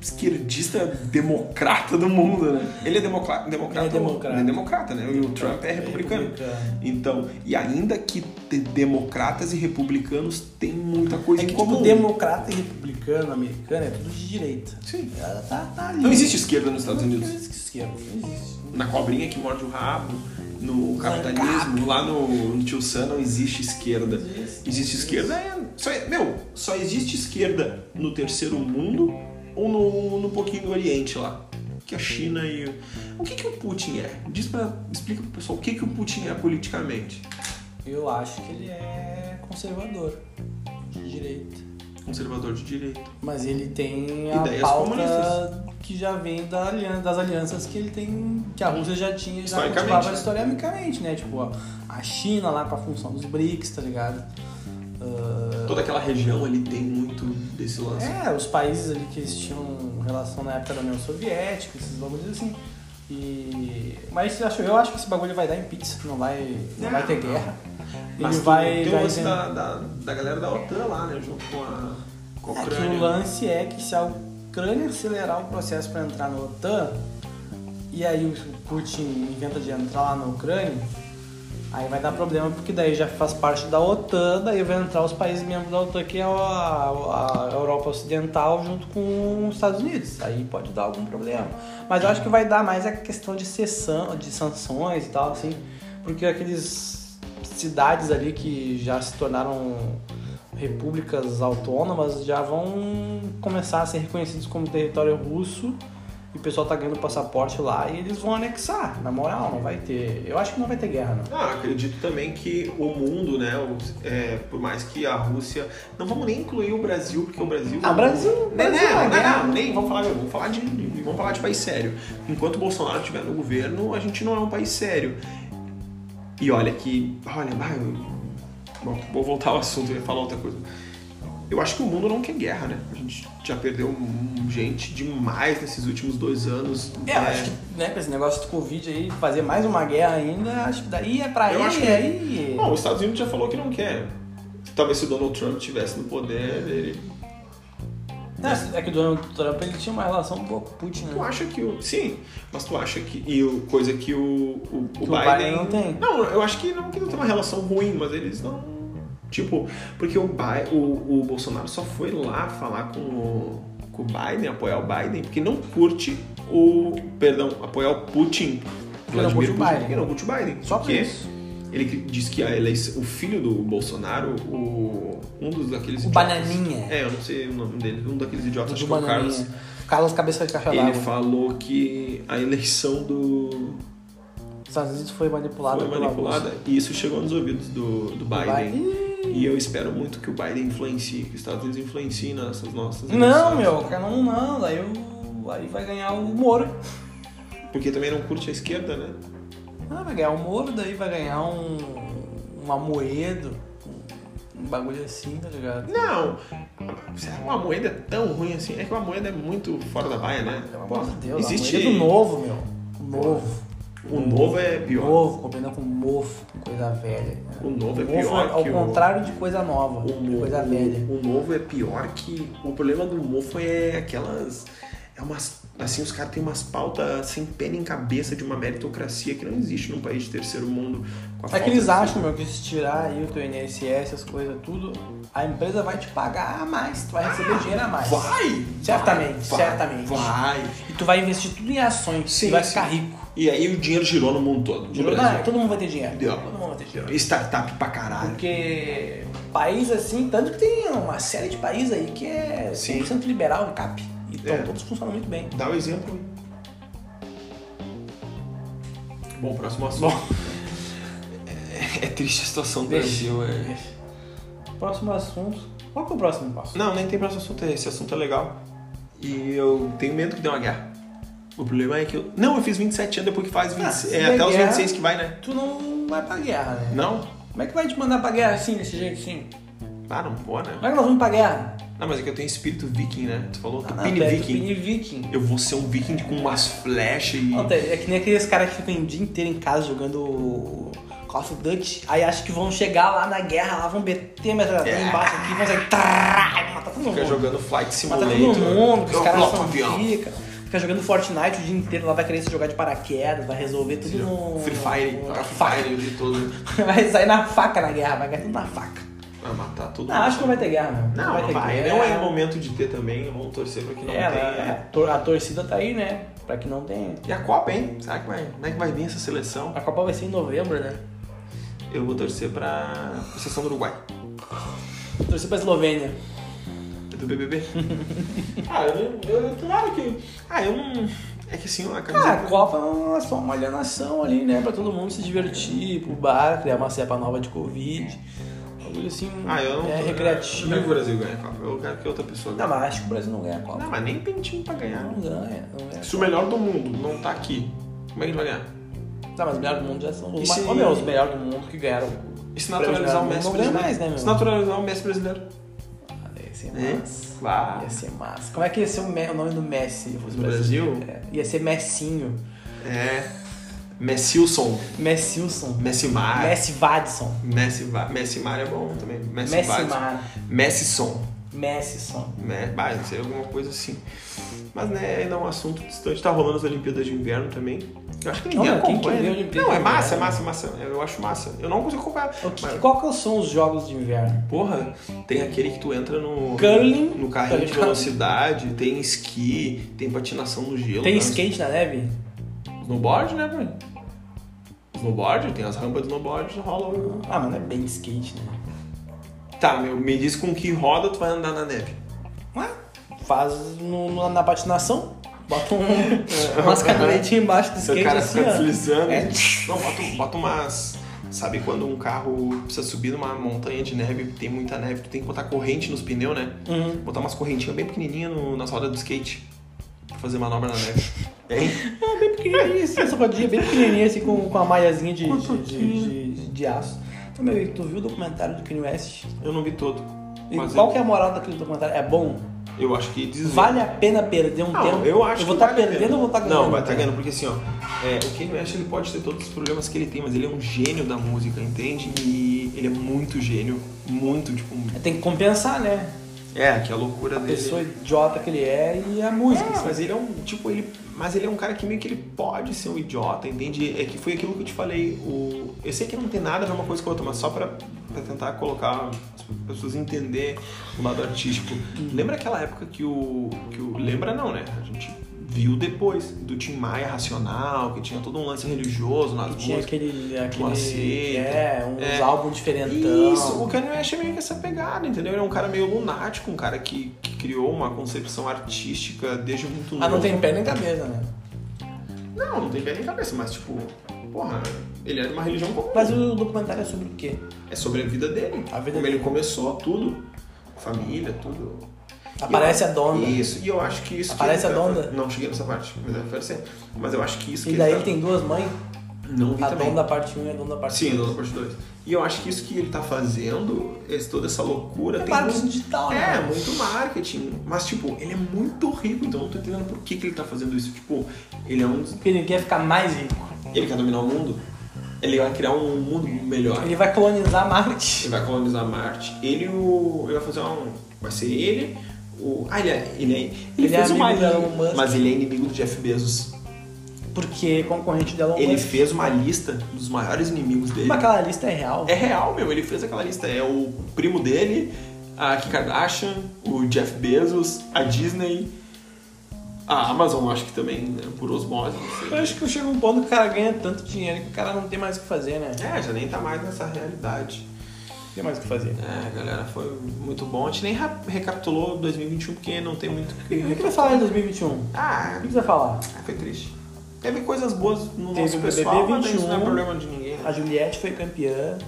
esquerdista democrata do mundo, né? Ele é democrata, democrata,
É democrata.
ele é democrata, né? E o Trump é republicano. Então, e ainda que te- democratas e republicanos têm muita coisa
É que
em
tipo,
comum.
democrata e republicano, americano, é tudo de direita.
Sim.
Ela tá, tá ali.
Não existe esquerda nos Estados
Não
Unidos.
existe esquerda, não existe.
Na cobrinha que morde o rabo, no capitalismo, lá no, no Tio Sam não existe esquerda.
Existe.
Existe esquerda? É. Só, é- meu, só existe esquerda no terceiro mundo ou no, no pouquinho do Oriente lá. Que é a China e. o- O que, que o Putin é? Diz pra, explica pro pessoal o que, que o Putin é politicamente.
Eu acho que ele é conservador, de direita.
Conservador de direita.
Mas ele tem a
Ideias
pauta
comunistas.
que já vem da alian- das alianças que ele tem, que a Rússia já tinha, já
Historicamente.
cultivava historicamente, né? Tipo, ó, a China lá pra função dos BRICS, tá ligado? Ah,
Toda aquela região ali tem muito desse lance.
é, os países ali que existiam relação na época da União Soviética, esses bagulhos assim. E... Mas eu acho, eu acho que esse bagulho vai dar em pizza, não vai, não
Não,
vai ter
não.
guerra. Ele
Mas tem-
vai.
tem o
vai
lance
ter-
da, da, da galera da OTAN lá, né? Junto com a, com a
É que
Ucrânia.
o lance é que se a Ucrânia acelerar o processo para entrar na OTAN, e aí o Putin inventa de entrar lá na Ucrânia, aí vai dar problema, porque daí já faz parte da OTAN, daí vai entrar os países membros da OTAN, que é a, a Europa Ocidental, junto com os Estados Unidos. Aí pode dar algum problema. Mas eu acho que vai dar mais a questão de sessão, de sanções e tal, assim, porque aqueles cidades ali que já se tornaram repúblicas autônomas já vão começar a ser reconhecidos como território russo e o pessoal tá ganhando passaporte lá e eles vão anexar, na moral, não vai ter. Eu acho que não vai ter guerra, não.
Ah, acredito também que o mundo, né? os- é, por mais que a Rússia. Não vamos nem incluir o Brasil, porque o Brasil.
Ah, Brasil,
Né,
Brasil
né,
vai
né,
ganhar.
não, nem vamos falar, vamos falar de. Vamos falar de país sério. Enquanto o Bolsonaro estiver no governo, a gente não é um país sério. E olha que. Olha, bah, eu- bom, vou voltar ao assunto, eu ia falar outra coisa. Eu acho que o mundo não quer guerra, né? A gente já perdeu um- gente demais nesses últimos dois anos.
É, eu acho que né, com esse negócio do Covid aí, fazer mais uma guerra ainda, acho que daí é pra
Eu
ele,
acho que-
aí.
Bom, É. os Estados Unidos já falou que não quer. Talvez se o Donald Trump tivesse no poder, ele.
Não, é que o Donald Trump ele tinha uma relação um pouco com o Putin,
Tu
né?
acha que o. Sim, mas tu acha que. E o, coisa que o, o, o
Que o
Biden.
Biden não tem.
Não, eu acho que não que não tem uma relação ruim, mas eles não. Tipo, porque o, Bi, o, o Bolsonaro só foi lá falar com o, com o Biden, apoiar o Biden, porque não curte o. Perdão, apoiar o Putin.
Porque não curte o Biden.
Porque não curte o Biden.
Só por
Porque
isso.
Ele cri- diz que a eleição, o filho do Bolsonaro, o, um dos daqueles.
O
idiotas-
Bananinha.
É, eu não sei o nome dele, um daqueles idiotas, acho
do
que é o
Bananinha.
Carlos.
Carlos Cabeça de Caixa
Ele
d'Água.
falou que a eleição do
Os Estados Unidos foi manipulado
foi
pela
manipulada e isso chegou nos ouvidos do, do
Rússia.
Biden.
Vai-
E eu espero muito que o Biden influencie, que os Estados Unidos influenciem nessas nossas eleições.
Não, meu, não, não, daí o- aí vai ganhar o Moro.
Porque também não curte a esquerda, né?
Ah, vai ganhar o Moro, daí vai ganhar um, um Amoedo, um bagulho assim, tá ligado?
Não! Será que uma moeda é tão ruim assim? É que uma moeda é muito fora da baia, né?
Pelo
Pô,
amor de Deus,
existe...
Amoedo novo, meu. Novo.
O novo é pior.
Novo, combina com mofo, coisa velha. né?
O novo é
Mofo
pior
ao
que o-
contrário de coisa nova,
O novo,
coisa velha.
o novo é pior que. O problema do mofo é aquelas. É umas. Assim, os caras têm umas pautas sem pé nem cabeça de uma meritocracia que não existe num país de terceiro mundo. com a
É que
falta
eles
de-
acham, meu, que se tirar aí o teu INSS, as coisas, tudo, a empresa vai te pagar a mais, tu vai receber dinheiro a mais.
Vai!
Certamente,
vai,
certamente.
Vai!
E tu vai investir tudo em ações,
Sim,
tu vai
sim.
ficar rico.
E aí o dinheiro girou no mundo todo. No
Ah,
Brasil.
todo mundo vai ter dinheiro.
Deu.
Todo mundo vai ter dinheiro.
Startup pra caralho.
Porque país assim, tanto que tem uma série de países aí que é
Sim.
100% liberal, um cap. E estão
É.
todos funcionam muito bem.
Dá o exemplo. hein? Bom, próximo assunto. É, é triste a situação do
Deixa.
Brasil, é.
Próximo assunto. Qual que é o próximo passo?
Não, nem tem próximo assunto. Esse assunto é legal. E eu tenho medo que dê uma guerra. O problema é que eu. Não, eu fiz 27 anos depois que faz 26.
Ah, se
é
der
até os
guerra-
26 que vai, né?
Tu não vai pra guerra, né?
Não?
Como é que vai te mandar pra guerra assim, desse jeito assim?
Ah, não vou, né?
Como é que nós vamos pra guerra?
Não, mas é que eu tenho espírito viking, né? Tu falou
Ah,
Tupini
tu é
viking.
Tupini Viking.
Eu vou ser um viking com umas flechas e.
Não, tá, É que nem aqueles caras que ficam o dia inteiro em casa jogando Call of Duty, aí acham que vão chegar lá na guerra, lá vão meter a metralhadora
É.
embaixo aqui, vão sair tará, matar todo
Fica
mundo.
jogando Flight
Matar
Simulator.
todo mundo, que
Eu
os caras
piloto
são
um avião.
pica. Fica jogando Fortnite o dia inteiro, lá vai querer se jogar de paraquedas, vai resolver tudo no...
Free Fire,
no-
joga Free Fire o dia todo.
Vai sair na faca na guerra, vai ganhar tudo na faca.
Vai matar todo
Não,
mundo.
acho que não vai ter guerra, não.
Não,
vai ter
vai.
guerra.
Não é momento de ter também. Vamos torcer pra que não
É,
tenha.
a, tor- a torcida tá aí, né? Pra que não tenha.
E a Copa, hein? Será que vai, como é que vai vir essa seleção?
A Copa vai ser em novembro, né?
Eu vou torcer pra pra seleção do Uruguai.
Torcida pra Eslovênia.
É do BBB. ah, eu, eu, claro que... Ah, eu não... É que assim, a
Ah, a
camiseta...
Copa é só uma alienação ali, né? Pra todo mundo se divertir, pro bar, criar uma cepa nova de Covid. Algo assim,
Ah, eu não...
é
tô- Eu
recreativo.
não quero que o Brasil ganhe a Copa. Eu quero que outra pessoa
Não,
ganhe.
mas acho que o Brasil não ganha a Copa.
Não, mas nem tem time pra ganhar.
Não ganha, não ganha.
Se o melhor do mundo não tá aqui, como é que ele vai ganhar?
Tá, mas os melhores do mundo já são
E
os
se-
mais. Ô, meu, os melhores do mundo que ganharam.
E se naturalizar o Messi
Não ganha
brasileiro?
mais, né, meu?
Se naturalizar o Messi brasileiro?
Ah, Ia ser
É.
massa.
Claro.
Ia ser massa. Como é que ia ser o, me- o nome do Messi? se fosse
Do
brasileiro?
Brasil?
É. Ia ser Messinho.
É. Messilson.
Messilson.
Messimar.
Messi Vadson.
Messi, Va- Messi Mar é bom também. Messi,
Messi
Vaz.
Mar.
Messi Som.
Messison.
Né? Bah, seria alguma coisa assim. Mas né, ainda é um assunto distante. Tá rolando as Olimpíadas de Inverno também. Eu acho que ninguém
Olha, quem que
acompanha.
vê
né?
Olimpíada
não, é
de
massa, é
Inverno?
massa, é massa. Eu acho massa. Eu não consigo acompanhar.
O que-
Mas,
Qual que são os jogos de inverno?
porra, tem aquele que tu entra no.
Curling. tá
No carrinho de
Curling.
velocidade, tem esqui, tem patinação no gelo.
Tem
né?
skate na neve?
Snowboard, né, velho? Snowboard, tem as rampas de snowboard, rola. o-
Ah, mas não é bem skate, né?
Tá, meu, me diz com que roda tu vai andar na neve.
Faz no- no- na patinação, bota um, umas canetinhas embaixo do skate
o cara
assim,
fica
ó.
deslizando.
É.
Não, bota, bota umas. Sabe quando um carro precisa subir numa montanha de neve, tem muita neve, tu tem que botar corrente nos pneus, né?
Uhum.
Botar umas correntinhas bem pequenininhas no, nas rodas do skate pra fazer manobra na neve. Hein?
É bem pequenininha assim, essa rodinha bem pequenininha assim, com, com a malhazinha de, de, de, de, de aço. Então, meu, e tu viu o documentário do Kanye West?
Eu não vi todo.
E
Mas
qual
eu,
que é a moral daquele documentário? É bom?
eu acho que desvio.
Vale a pena perder um
Não,
tempo?
eu acho
vou
que
estar
vale a
perdendo
pena.
ou vou estar ganhando?
Não, vai estar ganhando, porque assim, ó, é, o Kanye West ele pode ter todos os problemas que ele tem, mas ele é um gênio da música, entende? E ele é muito gênio, muito, tipo. um-
É, Tem que compensar, né?
É, que a loucura
A
dele.
pessoa idiota que ele é e a música.
É,
assim.
mas ele é um tipo ele, mas ele é um cara que meio que ele pode ser um idiota, entende? É que foi aquilo que eu te falei. O, eu sei que não tem nada a ver uma coisa com a outra, mas só pra, pra tentar colocar as pessoas entender o lado artístico. Lembra aquela época que o que o lembra não, né? A gente viu depois do Tim Maia racional, que tinha todo um lance religioso nas
Tinha
músicas.
aquele.
Uma
aquele
seita.
é, uns
É.
álbuns diferentão.
Isso, o Kanye West é meio que essa pegada, entendeu? Ele é um cara meio lunático, um cara que, que criou uma concepção artística desde muito novo.
Ah, não tem pé nem cabeça, né?
Não, não tem pé nem cabeça, mas tipo, porra, ele era uma religião comum.
Mas o documentário é sobre o quê?
É sobre a vida dele.
A vida
como
dele.
ele começou, tudo. Família, tudo.
Aparece a dona.
Isso, e eu acho que isso. que
Aparece
ele
a
tá-
donda?
Não, cheguei nessa parte, mas eu quero ser. Mas eu acho que isso que
E daí
ele
ele
tá...
tem duas mães,
Não vi
a
também.
dona da parte 1 e a dona da parte
Sim, a
2.
dona da parte 2. E eu acho que isso que ele tá fazendo, esse- toda essa loucura,
É
tem
marketing
muito...
digital,
É,
né?
muito marketing. Mas, tipo, ele é muito rico, então eu não tô entendendo por que, que ele tá fazendo isso. Tipo, ele é um dos
Porque ele quer ficar mais rico.
Ele quer dominar o mundo? Ele vai criar um mundo melhor.
Ele vai colonizar
Ele
Marte.
vai colonizar Marte. Ele e o. Ele vai fazer um. Vai ser ele. O. Ah, ele é. Ele, é, ele,
Ele é
fez uma
amigo do
lista.
Elon Musk.
Mas ele é inimigo do Jeff Bezos.
Porque concorrente dela é
Ele
uma.
fez uma lista dos maiores inimigos dele.
Mas aquela lista é real.
É real, meu. Ele fez aquela lista. É o primo dele, a Kim Kardashian, o Jeff Bezos, a Disney. A Amazon, acho que também, né? Por osmose, não
Eu
sei.
acho que chega um ponto que o cara ganha tanto dinheiro que o cara não tem mais o que fazer, né?
É, já nem tá mais nessa realidade.
Não tem mais o que fazer.
É, galera, foi muito bom. A gente nem ra- recapitulou 2021 porque não tem muito o
E o
É que.
que vai falar em 2021? O
Ah,
que você vai falar?
foi triste. Teve coisas boas no
Teve um
nosso
o
pessoal,
BBB
mas isso não é
21.
problema de ninguém. né?
A Juliette foi campeã.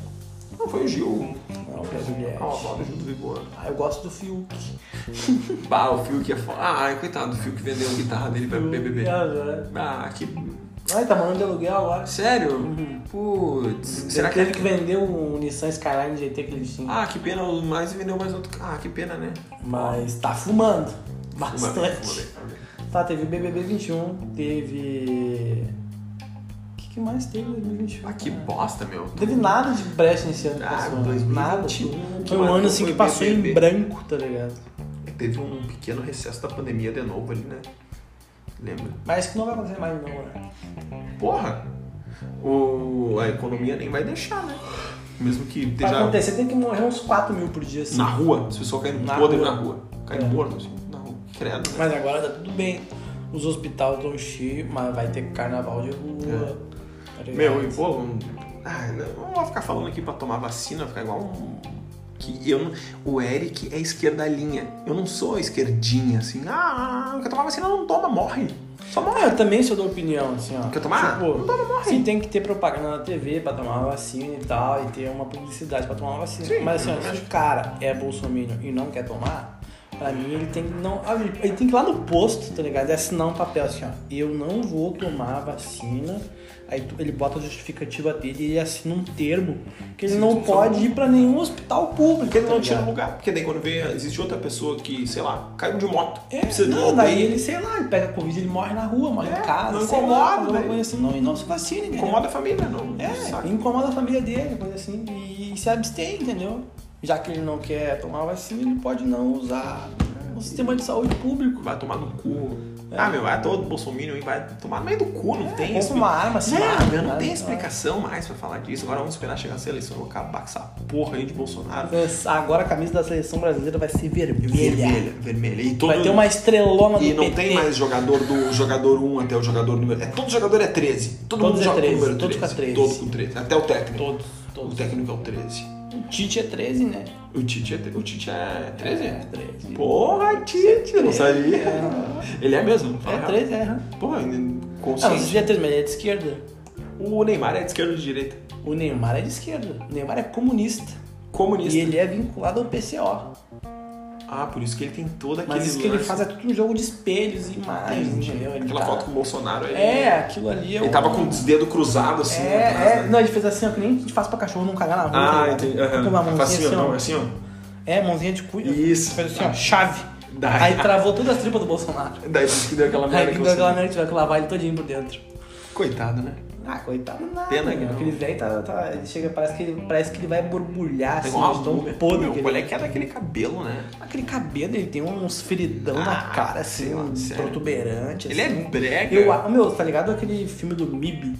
Não foi o Gil.
Não, foi a
Ah, o
Juliette.
Valdo Gil do Vigor.
Ah, eu gosto do Fiuk.
Bah, o Fiuk é foda. Ah, coitado, o Fiuk vendeu a guitarra dele pra BBB.
Ah, já.
Ah, que.
Ai, tá morando de aluguel agora.
Sério? Putz, será
Ele
que
teve que vender um Nissan Skyline GT que ele tinha?
Ah, que pena, o mais vendeu mais outro. Ah, que pena, né?
Mas tá fumando.
Uma-
Bastante. Tá, teve BBB 21, teve. O que, que mais teve em 2021?
Ah, que
cara?
bosta, meu.
Teve nada de brecha nesse ano que
Ah,
passou. né?
2021,
nada.
que
Foi um
marcou
ano assim
foi
que passou
BBB.
em branco, tá ligado?
Teve um pequeno recesso da pandemia de novo ali, né? Lembra?
Mas que não vai acontecer mais, não, né?
Porra! O... A economia nem vai deixar, né? Mesmo que
Pra
esteja
acontecer tem que morrer uns 4 mil por dia, assim.
na rua, as pessoas caem
Na
podre
rua.
na rua. Caem
É.
morto, assim, na rua. Credo, né?
Mas agora tá tudo bem. Os hospitais estão cheios, mas vai ter carnaval de rua. tá ligado?
É. Meu, e pô, vamos... Ah, não, não vou ficar falando aqui pra tomar vacina, ficar igual um... Que eu, não- o Eric é esquerdalinha. Eu não sou esquerdinha, assim. Ah, quer tomar vacina? Não toma, morre. Só morre.
Ah, eu também sou da opinião, assim, ó.
Quer tomar?
Tipo,
Não toma, morre.
Sim, tem que ter propaganda na TV pra tomar uma vacina e tal, e ter uma publicidade pra tomar uma vacina.
Sim,
Mas assim,
eu
ó, se o cara é bolsominion e não quer tomar, pra mim ele tem que não. ah, Ele ele tem que ir lá no posto, tá ligado? E assinar um papel assim, ó. Eu não vou tomar a vacina. Aí tu- ele bota a justificativa dele e ele assina um termo que ele
Sim,
não
tu
pode ir pra nenhum hospital público.
Porque ele
tá
não tira
ligado?
lugar. Porque daí quando vê, existe outra pessoa que, sei lá, caiu de moto.
É,
precisa de
não,
alguém.
daí ele, sei lá, ele pega a Covid, ele morre na rua, morre
É,
em casa.
não
sei lá,
incomoda,
faz alguma
daí.
coisa assim, não, e não se vacina, entendeu?
Incomoda a família, não.
É,
Saca?
incomoda a família dele, coisa assim, e, se abstém, entendeu? Já que ele não quer tomar vacina, ele pode não usar o sistema de saúde público.
Vai tomar no cu. Ah, meu, vai todo Bolsonaro e vai tomar no meio do cu, não tem
Compra uma arma, né? se
É,
mata,
meu, não
sabe?
tem explicação mais pra falar disso. Agora vamos esperar chegar a seleção, eu vou acabar com essa porra aí de Bolsonaro.
Nossa, É, Agora a camisa da seleção brasileira vai ser vermelha.
Vermelha, vermelha. E todo...
Vai ter uma estrelona
E
do
não
PT.
tem mais jogador do jogador 1 até o jogador número. É, todo jogador é 13. Todo
Todos
mundo
é
joga
13,
com o número 13.
todos com a 13.
Todos com 13. Até o técnico.
Todos,
O
todos.
técnico é o 13.
O Tite é 13, né?
O Tite é, tre- o Tite é 13?
É 13.
Porra, Tite, eu não sabia. Ele é mesmo?
É 13, é. aham.
Porra, ainda
Não,
consciente.
você é 13, mas ele é de esquerda.
O Neymar é de esquerda ou de direita?
O Neymar é de esquerda. O Neymar é comunista.
Comunista.
E ele é vinculado ao PCO.
Ah, por isso que ele tem todo aquele
Mas isso que ele
lance.
faz é tudo um jogo de espelhos e imagens, entendeu? Ele
Aquela
tá-
foto com o Bolsonaro aí.
É, aquilo ali é
Ele
o-
tava com os dedos cruzados assim.
É,
atrás,
é,
né?
não, ele fez assim, ó, que nem a gente faz pra cachorro não cagar na rua. tá
Ah,
ligado?
entendi.
Põe uma
Aham.
mãozinha
Assim, ó,
assim,
não,
ó.
assim, ó.
É, mãozinha de cuida.
Isso.
Fez assim, ó, chave.
Daí-
Aí travou todas as tripas do Bolsonaro.
Daí por isso que deu aquela merda
Aí que
que
deu aquela
você-
merda que tiver que lavar ele todinho por dentro.
Coitado, né?
Ah, coitado, nada.
Pena que
meu.
não.
Aquele velho tá, tá- ele chega, parece que ele, parece que ele vai borbulhar,
Tá
assim,
igual
de
uma
tão
múmia.
podre
Meu,
que ele-
Qual é que é daquele cabelo, né?
Aquele cabelo, ele tem uns feridão
Ah,
na cara, assim,
sei lá, sério.
protuberante,
Ele
assim.
é brega.
Eu, ah, meu, tá ligado aquele filme do MIB?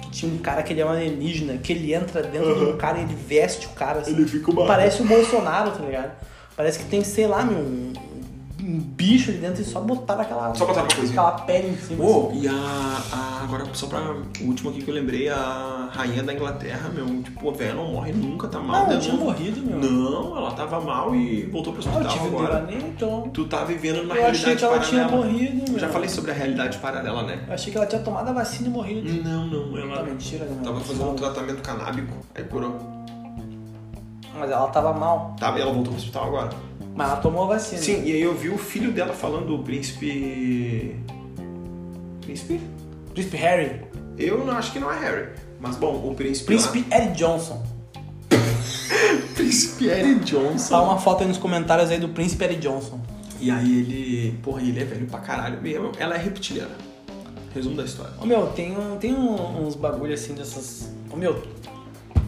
Que tinha um cara que ele é um alienígena, que ele entra dentro de um cara e ele veste o cara assim.
Ele fica uma-
Parece o Bolsonaro, tá ligado? Parece que tem, sei lá, meu, um, um bicho ali dentro e só botaram aquela,
Só botaram uma coisinha.
aquela pele em cima. assim.
Pô, e a, a- Agora, só pra. O último aqui que eu lembrei, a rainha da Inglaterra, meu. Tipo, a velha não morre nunca, tá mal. né?
Não, tipo, eu tinha morrido, meu.
Não, ela tava mal e voltou pro
assim. Ah, eu
hospital
tive
agora.
um nem então.
Tu tá vivendo numa
Eu
realidade
achei que ela tinha
paralela.
morrido,
Eu já
meu.
falei sobre a realidade paralela, né?
Eu achei que ela tinha tomado a vacina e morrido.
Não, não, ela
Tá mentira, né? meu?
Hum, tava fazendo um tratamento canábico, aí curou.
Mas ela tava mal.
Tá, e ela voltou pro hospital agora.
Mas ela tomou a vacina.
Sim, e aí eu vi o filho dela falando o príncipe. Príncipe?
Príncipe Harry.
Eu não acho que não é Harry. Mas bom, o príncipe.
Príncipe Eric Johnson.
lá- Príncipe Harry Johnson.
Tá uma foto aí nos comentários aí do Príncipe Eric Johnson.
E aí ele. Porra, ele é velho pra caralho mesmo. Ela é reptiliana. Resumo da história.
Ô, meu, tem, um, tem um- uns bagulho assim dessas. Ô, meu,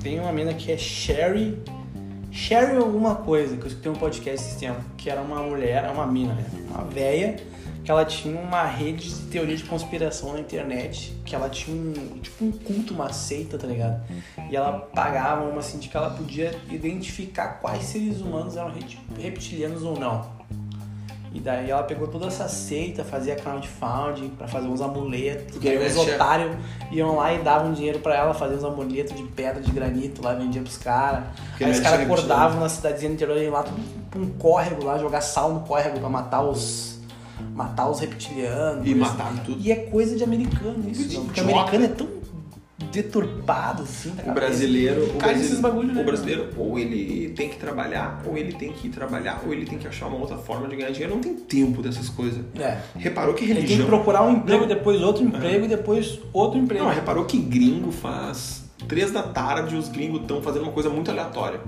tem uma mina que é Sherry. Sherry alguma coisa, que eu escutei um podcast esse tempo, que era uma mulher, uma mina, né? Uma véia, que ela tinha uma rede de teoria de conspiração na internet, que ela tinha um, tipo um culto, uma seita, tá ligado? E ela pagava uma assim de que ela podia identificar quais seres humanos eram reti- reptilianos ou não. E daí ela pegou toda essa seita, fazia crowdfunding pra fazer uns amuletos,
Porque
porque os
mexia-
otários iam lá e davam dinheiro pra ela fazer uns amuletos de pedra, de granito lá, vendia pros caras.
Porque
Aí os
mexia
caras
reptiliano.
acordavam na cidadezinha do interior e iam lá tudo pra um córrego lá, jogar sal no córrego pra matar os. matar os reptilianos.
E
isso.
mataram tudo.
E é coisa de americano isso,
Coisa de
não, porque
idiota.
americano é tão deturpado, assim, da
O
cabeça.
brasileiro. O
Cai
brasile-
nesses bagulho, né?
O brasileiro, ou ele tem que trabalhar, ou ele tem que ir trabalhar, ou ele tem que achar uma outra forma de ganhar dinheiro. Não tem tempo dessas coisas.
É.
Reparou que
Ele tem que
religião.
procurar um emprego, depois outro emprego, e depois outro emprego.
Não, reparou que gringo faz três da tarde os gringos estão fazendo uma coisa muito aleatória.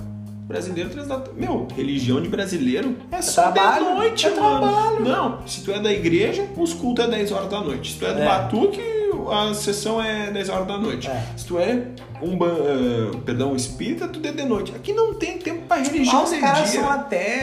Brasileiro, três da tarde. Meu, religião de brasileiro é só
trabalho,
de noite,
é
mano.
trabalho.
Não, se tu é da igreja, os cultos é 10 horas da noite. Se tu é do
É.
Batuque, a sessão é 10 horas da noite.
É.
Se tu é um ban- ah, perdão, espírita, tu é de noite. Aqui não tem tempo pra religião
Ah, os
de
caras
dia.
são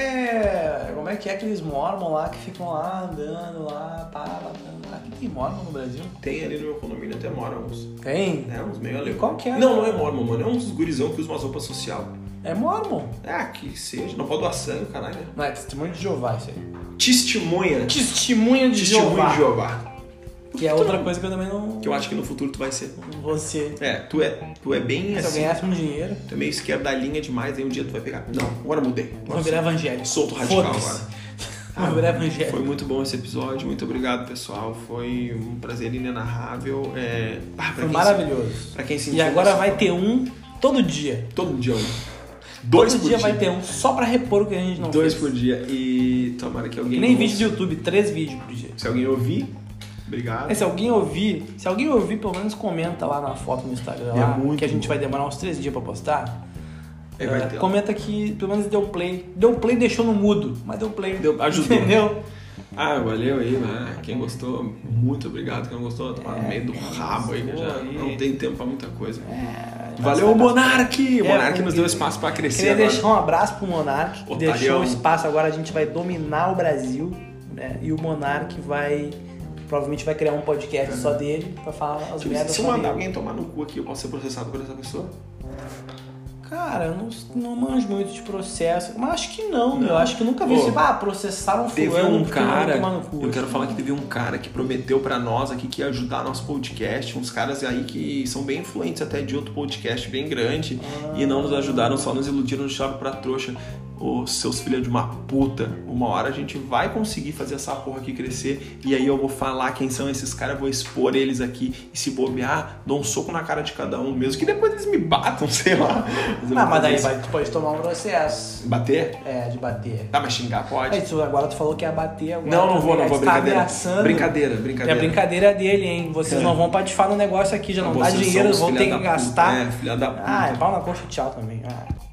até. Como é que é aqueles mormon lá que ficam lá andando lá, pá, lá, andando lá. Aqui tem mormon no Brasil?
Tem ali no meu condomínio até mora uns.
Tem.
É, uns meio alemão.
Qual que é?
Não, não é mormon, mano. É uns gurizão que usa umas roupas social.
É mormon.
Ah, que seja. Não pode doar sangue, caralho. né?
Não, é testemunho de Jeová isso aí.
Testemunha.
Testemunha de
Testemunha de
Jeová.
Jeová.
Que é outra coisa que eu também não.
Que eu acho que no futuro tu vai ser.
Você.
É, tu é, tu é bem
Se eu
assim.
ganhasse um dinheiro,
Tu é meio esquerda da linha demais, aí um dia tu vai pegar. Não, agora mudei.
vou
Agora
virar evangélico.
Solto radical
Foda-se.
agora.
Vou virar evangélico.
Foi muito bom esse episódio, muito obrigado pessoal. Foi um prazer inenarrável. É... Ah, pra
Foi
quem
maravilhoso.
Se... Pra quem se
E agora
interessa-
vai ter um todo dia.
Todo dia um. Dois
todo
por
dia,
dia.
vai ter um só pra repor o que a gente não
Dois
fez.
por dia. E tomara que alguém.
Que nem
ouça.
vídeo de YouTube, três vídeos por dia.
Se alguém ouvir, obrigado.
Mas se alguém ouvir, se alguém ouvir, pelo menos comenta lá na foto no Instagram,
É
lá,
muito
que a gente
bom.
vai demorar uns três dias pra postar.
Aí vai
Eh,
ter.
comenta que pelo menos deu play. Deu play, deixou no mudo, mas deu play.
Deu- ajudou.
Entendeu?
Ah, valeu aí, né? Quem gostou, muito obrigado. Quem não gostou,
É,
tá no meio do rabo aí, que já
aí.
não tem tempo pra muita coisa.
É,
Valeu, Monark!
É,
Monark nos
o-
deu espaço pra crescer
Queria
agora.
deixar um abraço pro Monark, que
Otarião.
deixou o espaço agora, a gente vai dominar o Brasil, né? E o Monark vai. Provavelmente vai criar um podcast só dele pra falar as merdas.
É. Se eu
só
mandar
dele.
alguém tomar no cu aqui, eu posso ser processado por essa pessoa?
Cara, eu não, não manjo muito de processo. Mas acho que não,
Não.
meu. Acho que nunca vi
Pô,
isso. Ah, processaram
Teve
fulano
um
porque mandou
cara,
tomar no cu.
eu quero falar que teve um cara que prometeu pra nós aqui que ia ajudar nosso podcast, uns caras aí que são bem influentes até de outro podcast bem grande e não nos ajudaram, só nos iludiram, nos deixaram pra trouxa. Ô, seus filhos de uma puta, uma hora a gente vai conseguir fazer essa porra aqui crescer e aí eu vou falar quem são esses caras, vou expor eles aqui e se bobear, dou um soco na cara de cada um mesmo, que depois eles me batam, sei lá. eu vou
Não, Ah, mas
fazer
daí
isso.
vai, tu pode tomar um processo.
Bater?
É, de bater.
Tá, mas xingar pode.
É, tu agora tu falou que ia bater agora.
Não, não vou, não vou.
também. Aí tu tá
Brincadeira.
ameaçando.
Brincadeira,
É
brincadeira.
brincadeira dele, hein? Vocês
É.
não vão patifar no um negócio aqui, já não dá
Vocês são
dinheiro,
os
vão
filha
ter
da
que
puta.
gastar.
É, filha da puta.
Ah, é pau na coxa, tchau também. Ah.